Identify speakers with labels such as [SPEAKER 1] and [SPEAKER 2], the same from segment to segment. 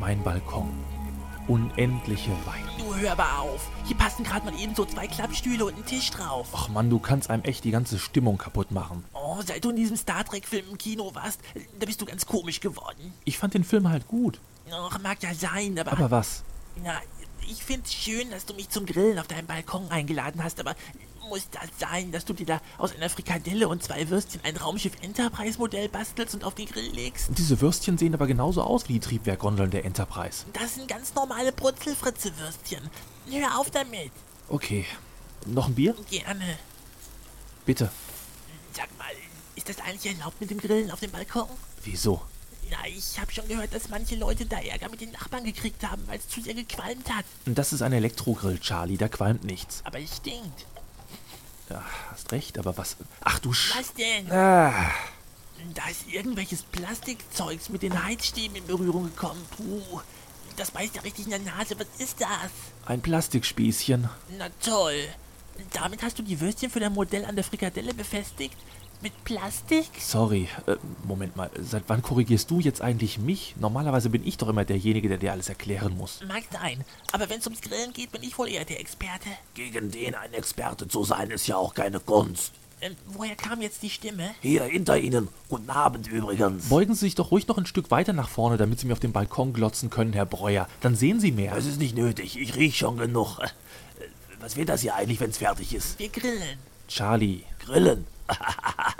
[SPEAKER 1] ein Balkon. Unendliche Weite.
[SPEAKER 2] Du hör mal auf. Hier passen gerade mal eben so zwei Klappstühle und ein Tisch drauf.
[SPEAKER 1] Ach Mann, du kannst einem echt die ganze Stimmung kaputt machen.
[SPEAKER 2] Oh, seit du in diesem Star Trek-Film im Kino warst, da bist du ganz komisch geworden.
[SPEAKER 1] Ich fand den Film halt gut.
[SPEAKER 2] Ach, mag ja sein, aber.
[SPEAKER 1] Aber was?
[SPEAKER 2] Na, ich find's schön, dass du mich zum Grillen auf deinem Balkon eingeladen hast, aber muss das sein, dass du dir da aus einer Frikadelle und zwei Würstchen ein Raumschiff Enterprise-Modell bastelst und auf den Grill legst?
[SPEAKER 1] Diese Würstchen sehen aber genauso aus wie die Triebwerkgondeln der Enterprise.
[SPEAKER 2] Das sind ganz normale Brutzelfritze-Würstchen. Hör auf damit.
[SPEAKER 1] Okay. Noch ein Bier?
[SPEAKER 2] Gerne.
[SPEAKER 1] Bitte.
[SPEAKER 2] Sag mal, ist das eigentlich erlaubt mit dem Grillen auf dem Balkon?
[SPEAKER 1] Wieso?
[SPEAKER 2] Na, ich habe schon gehört, dass manche Leute da Ärger mit den Nachbarn gekriegt haben, weil es zu sehr gequalmt hat.
[SPEAKER 1] Das ist ein Elektrogrill, Charlie. Da qualmt nichts.
[SPEAKER 2] Aber es stinkt.
[SPEAKER 1] Ja, hast recht, aber was. Ach du Sch.
[SPEAKER 2] Was denn?
[SPEAKER 1] Ah.
[SPEAKER 2] Da ist irgendwelches Plastikzeugs mit den Heizstäben in Berührung gekommen. Puh, das beißt ja richtig in der Nase. Was ist das?
[SPEAKER 1] Ein Plastikspießchen.
[SPEAKER 2] Na toll. Damit hast du die Würstchen für dein Modell an der Frikadelle befestigt? Mit Plastik?
[SPEAKER 1] Sorry. Äh, Moment mal. Seit wann korrigierst du jetzt eigentlich mich? Normalerweise bin ich doch immer derjenige, der dir alles erklären muss.
[SPEAKER 2] Mag sein, aber wenn es ums Grillen geht, bin ich wohl eher der Experte.
[SPEAKER 3] Gegen den ein Experte zu sein, ist ja auch keine Kunst.
[SPEAKER 2] Ähm, woher kam jetzt die Stimme?
[SPEAKER 3] Hier hinter Ihnen. Guten Abend übrigens.
[SPEAKER 1] Beugen Sie sich doch ruhig noch ein Stück weiter nach vorne, damit Sie mir auf dem Balkon glotzen können, Herr Breuer. Dann sehen Sie mehr.
[SPEAKER 3] Es ist nicht nötig. Ich riech schon genug. Äh, Was wird das hier eigentlich, wenn's fertig ist?
[SPEAKER 2] Wir grillen.
[SPEAKER 1] Charlie.
[SPEAKER 3] Grillen.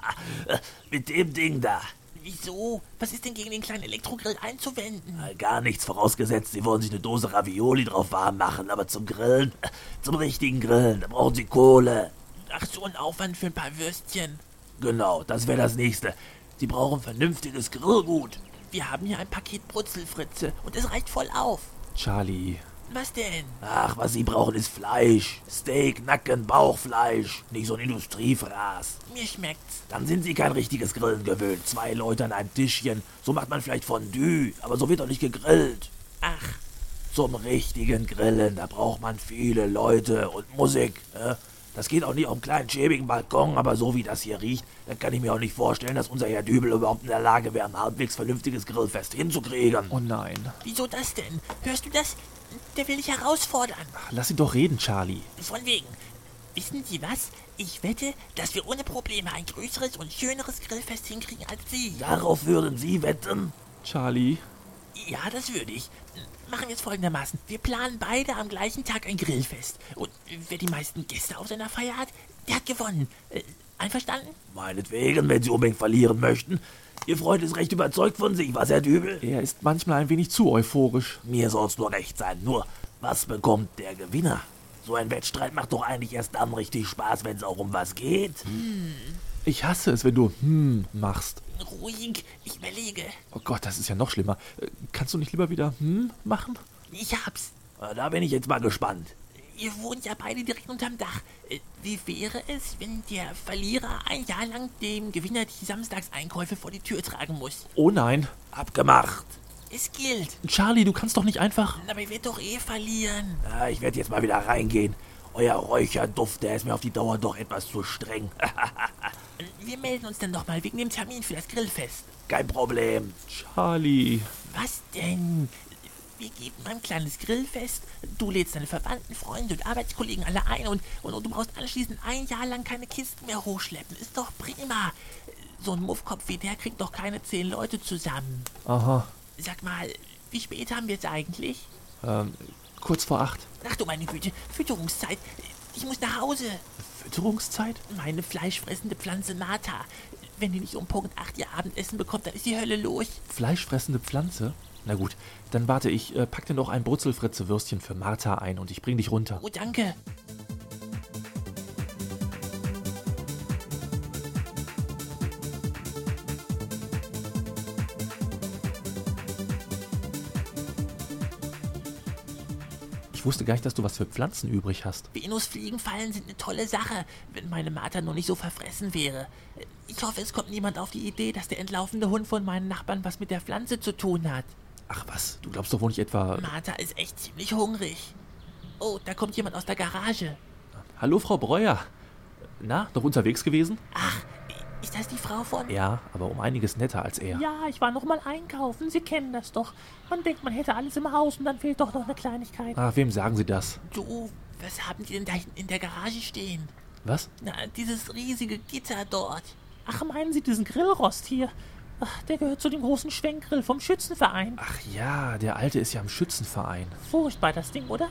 [SPEAKER 3] Mit dem Ding da.
[SPEAKER 2] Wieso? Was ist denn gegen den kleinen Elektrogrill einzuwenden?
[SPEAKER 3] Äh, Gar nichts vorausgesetzt, Sie wollen sich eine Dose Ravioli drauf warm machen, aber zum Grillen, äh, zum richtigen Grillen, da brauchen Sie Kohle.
[SPEAKER 2] Ach, so ein Aufwand für ein paar Würstchen.
[SPEAKER 3] Genau, das wäre das nächste. Sie brauchen vernünftiges Grillgut.
[SPEAKER 2] Wir haben hier ein Paket Brutzelfritze und es reicht voll auf.
[SPEAKER 1] Charlie.
[SPEAKER 2] Was denn?
[SPEAKER 3] Ach, was Sie brauchen ist Fleisch. Steak, Nacken, Bauchfleisch. Nicht so ein Industriefraß.
[SPEAKER 2] Mir schmeckt's.
[SPEAKER 3] Dann sind Sie kein richtiges Grillen gewöhnt. Zwei Leute an einem Tischchen. So macht man vielleicht Fondue, aber so wird doch nicht gegrillt.
[SPEAKER 2] Ach,
[SPEAKER 3] Zum richtigen Grillen, da braucht man viele Leute und Musik. Äh? Das geht auch nicht auf einem kleinen schäbigen Balkon, aber so wie das hier riecht, da kann ich mir auch nicht vorstellen, dass unser Herr Dübel überhaupt in der Lage wäre, ein halbwegs vernünftiges Grillfest hinzukriegen.
[SPEAKER 1] Oh nein.
[SPEAKER 2] wieso das denn? Hörst du das? Der will dich herausfordern.
[SPEAKER 1] Lass ihn doch reden, Charlie.
[SPEAKER 2] Von wegen. Wissen Sie was? Ich wette, dass wir ohne Probleme ein größeres und schöneres Grillfest hinkriegen als Sie.
[SPEAKER 3] Darauf würden Sie wetten?
[SPEAKER 1] Charlie.
[SPEAKER 2] Ja, das würde ich. Machen wir es folgendermaßen. Wir planen beide am gleichen Tag ein Grillfest. Und wer die meisten Gäste auf seiner Feier hat, der hat gewonnen. Äh, Einverstanden?
[SPEAKER 3] Meinetwegen, wenn Sie unbedingt verlieren möchten. Ihr Freund ist recht überzeugt von sich, was, Herr Dübel?
[SPEAKER 1] Er ist manchmal ein wenig zu euphorisch.
[SPEAKER 3] Mir soll's nur recht sein. Nur, was bekommt der Gewinner? So ein Wettstreit macht doch eigentlich erst dann richtig Spaß, wenn's auch um was geht.
[SPEAKER 1] Ich hasse es, wenn du hm machst.
[SPEAKER 2] Ruhig, ich überlege.
[SPEAKER 1] Oh Gott, das ist ja noch schlimmer. Äh, Kannst du nicht lieber wieder hm machen?
[SPEAKER 2] Ich hab's.
[SPEAKER 3] Na, Da bin ich jetzt mal gespannt.
[SPEAKER 2] Ihr wohnt ja beide direkt unterm Dach. Äh, Wie wäre es, wenn der Verlierer ein Jahr lang dem Gewinner die Samstagseinkäufe vor die Tür tragen muss?
[SPEAKER 1] Oh nein.
[SPEAKER 3] Abgemacht.
[SPEAKER 2] Es gilt.
[SPEAKER 1] Charlie, du kannst doch nicht einfach.
[SPEAKER 2] Aber ihr werdet doch eh verlieren.
[SPEAKER 3] Ah, ich werde jetzt mal wieder reingehen. Euer Räucherduft, der ist mir auf die Dauer doch etwas zu streng.
[SPEAKER 2] Wir melden uns dann nochmal wegen dem Termin für das Grillfest.
[SPEAKER 3] Kein Problem.
[SPEAKER 1] Charlie.
[SPEAKER 2] Was denn? Wir geben ein kleines Grillfest. Du lädst deine Verwandten, Freunde und Arbeitskollegen alle ein und, und, und du brauchst anschließend ein Jahr lang keine Kisten mehr hochschleppen. Ist doch prima. So ein Muffkopf wie der kriegt doch keine zehn Leute zusammen.
[SPEAKER 1] Aha.
[SPEAKER 2] Sag mal, wie spät haben wir jetzt eigentlich?
[SPEAKER 1] Ähm, kurz vor acht.
[SPEAKER 2] Ach du meine Güte, Fütterungszeit. Ich muss nach Hause.
[SPEAKER 1] Fütterungszeit?
[SPEAKER 2] Meine fleischfressende Pflanze Nata. Wenn die nicht um Punkt 8 ihr Abendessen bekommt, dann ist die Hölle los.
[SPEAKER 1] Fleischfressende Pflanze? Na gut, dann warte, ich äh, pack dir noch ein Brutzelfritze-Würstchen für Martha ein und ich bring dich runter.
[SPEAKER 2] Oh, danke.
[SPEAKER 1] Ich wusste gar nicht, dass du was für Pflanzen übrig hast.
[SPEAKER 2] Venusfliegenfallen sind eine tolle Sache, wenn meine Martha nur nicht so verfressen wäre. Ich hoffe, es kommt niemand auf die Idee, dass der entlaufende Hund von meinen Nachbarn was mit der Pflanze zu tun hat.
[SPEAKER 1] Ach was, du glaubst doch wohl nicht etwa.
[SPEAKER 2] Martha ist echt ziemlich hungrig. Oh, da kommt jemand aus der Garage.
[SPEAKER 1] Hallo, Frau Breuer. Na, noch unterwegs gewesen?
[SPEAKER 2] Ach, Ist das die Frau von...
[SPEAKER 1] Ja, aber um einiges netter als er.
[SPEAKER 4] Ja, ich war noch mal einkaufen. Sie kennen das doch. Man denkt, man hätte alles im Haus und dann fehlt doch noch eine Kleinigkeit.
[SPEAKER 1] Ah, wem sagen Sie das?
[SPEAKER 2] Du, was haben die denn da hinten in der Garage stehen?
[SPEAKER 1] Was?
[SPEAKER 2] Na, dieses riesige Gitter dort.
[SPEAKER 4] Ach, meinen Sie diesen Grillrost hier? Ach, der gehört zu dem großen Schwenkgrill vom Schützenverein.
[SPEAKER 1] Ach ja, der Alte ist ja im Schützenverein.
[SPEAKER 4] Furchtbar, das Ding, oder?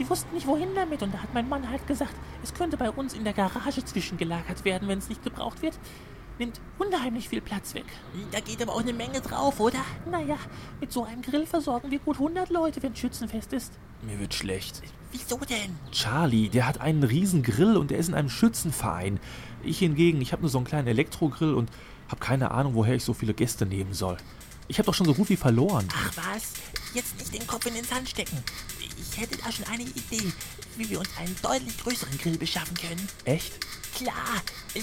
[SPEAKER 4] Die wussten nicht, wohin damit, und da hat mein Mann halt gesagt, es könnte bei uns in der Garage zwischengelagert werden, wenn es nicht gebraucht wird. Nimmt unheimlich viel Platz weg.
[SPEAKER 2] Hm, Da geht aber auch eine Menge drauf, oder?
[SPEAKER 4] Naja, mit so einem Grill versorgen wir gut 100 Leute, wenn Schützenfest ist.
[SPEAKER 1] Mir wird schlecht.
[SPEAKER 2] Wieso denn?
[SPEAKER 1] Charlie, der hat einen riesen Grill und der ist in einem Schützenverein. Ich hingegen, ich habe nur so einen kleinen Elektrogrill und habe keine Ahnung, woher ich so viele Gäste nehmen soll. Ich habe doch schon so gut wie verloren.
[SPEAKER 2] Ach was, jetzt nicht den Kopf in den Sand stecken. Ich hätte da schon eine Idee, wie wir uns einen deutlich größeren Grill beschaffen können.
[SPEAKER 1] Echt?
[SPEAKER 2] Klar,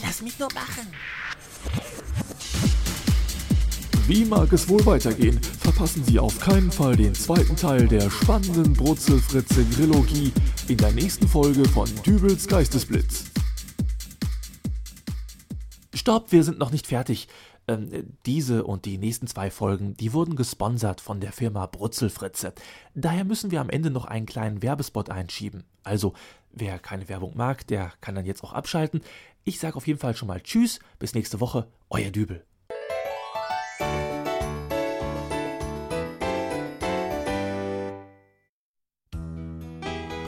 [SPEAKER 2] lass mich nur machen.
[SPEAKER 5] Wie mag es wohl weitergehen? Verpassen Sie auf keinen Fall den zweiten Teil der spannenden Brutzel-Fritze-Grillogie in der nächsten Folge von Dübels Geistesblitz.
[SPEAKER 1] Stopp, wir sind noch nicht fertig. Ähm, diese und die nächsten zwei Folgen, die wurden gesponsert von der Firma Brutzelfritze. Daher müssen wir am Ende noch einen kleinen Werbespot einschieben. Also, wer keine Werbung mag, der kann dann jetzt auch abschalten. Ich sage auf jeden Fall schon mal Tschüss, bis nächste Woche, euer Dübel.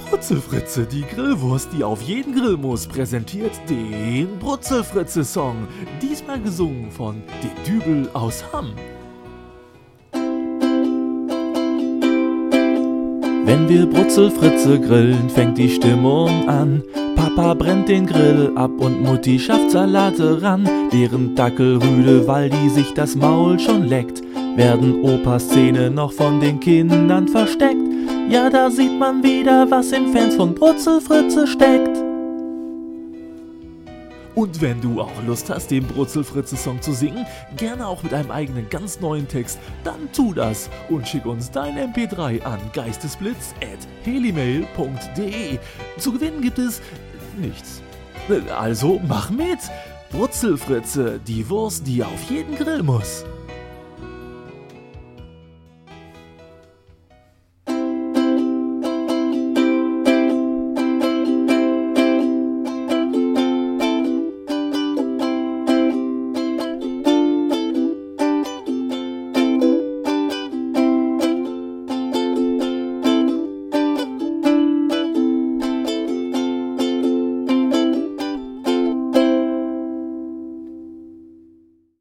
[SPEAKER 5] Brutzelfritze, die Grillwurst, die auf jeden Grill muss, präsentiert den Brutzelfritze-Song. Diesmal gesungen von dem Dübel aus Hamm.
[SPEAKER 6] Wenn wir Brutzelfritze grillen, fängt die Stimmung an. Papa brennt den Grill ab und Mutti schafft Salate ran. Während Dackelrüde Waldi sich das Maul schon leckt, werden Opas Zähne noch von den Kindern versteckt. Ja, da sieht man wieder, was in Fans von Brutzelfritze steckt.
[SPEAKER 5] Und wenn du auch Lust hast, den Brutzelfritze-Song zu singen, gerne auch mit einem eigenen ganz neuen Text, dann tu das und schick uns dein MP3 an geistesblitz.helimail.de. Zu gewinnen gibt es nichts. Äh, Also mach mit! Brutzelfritze, die Wurst, die auf jeden Grill muss.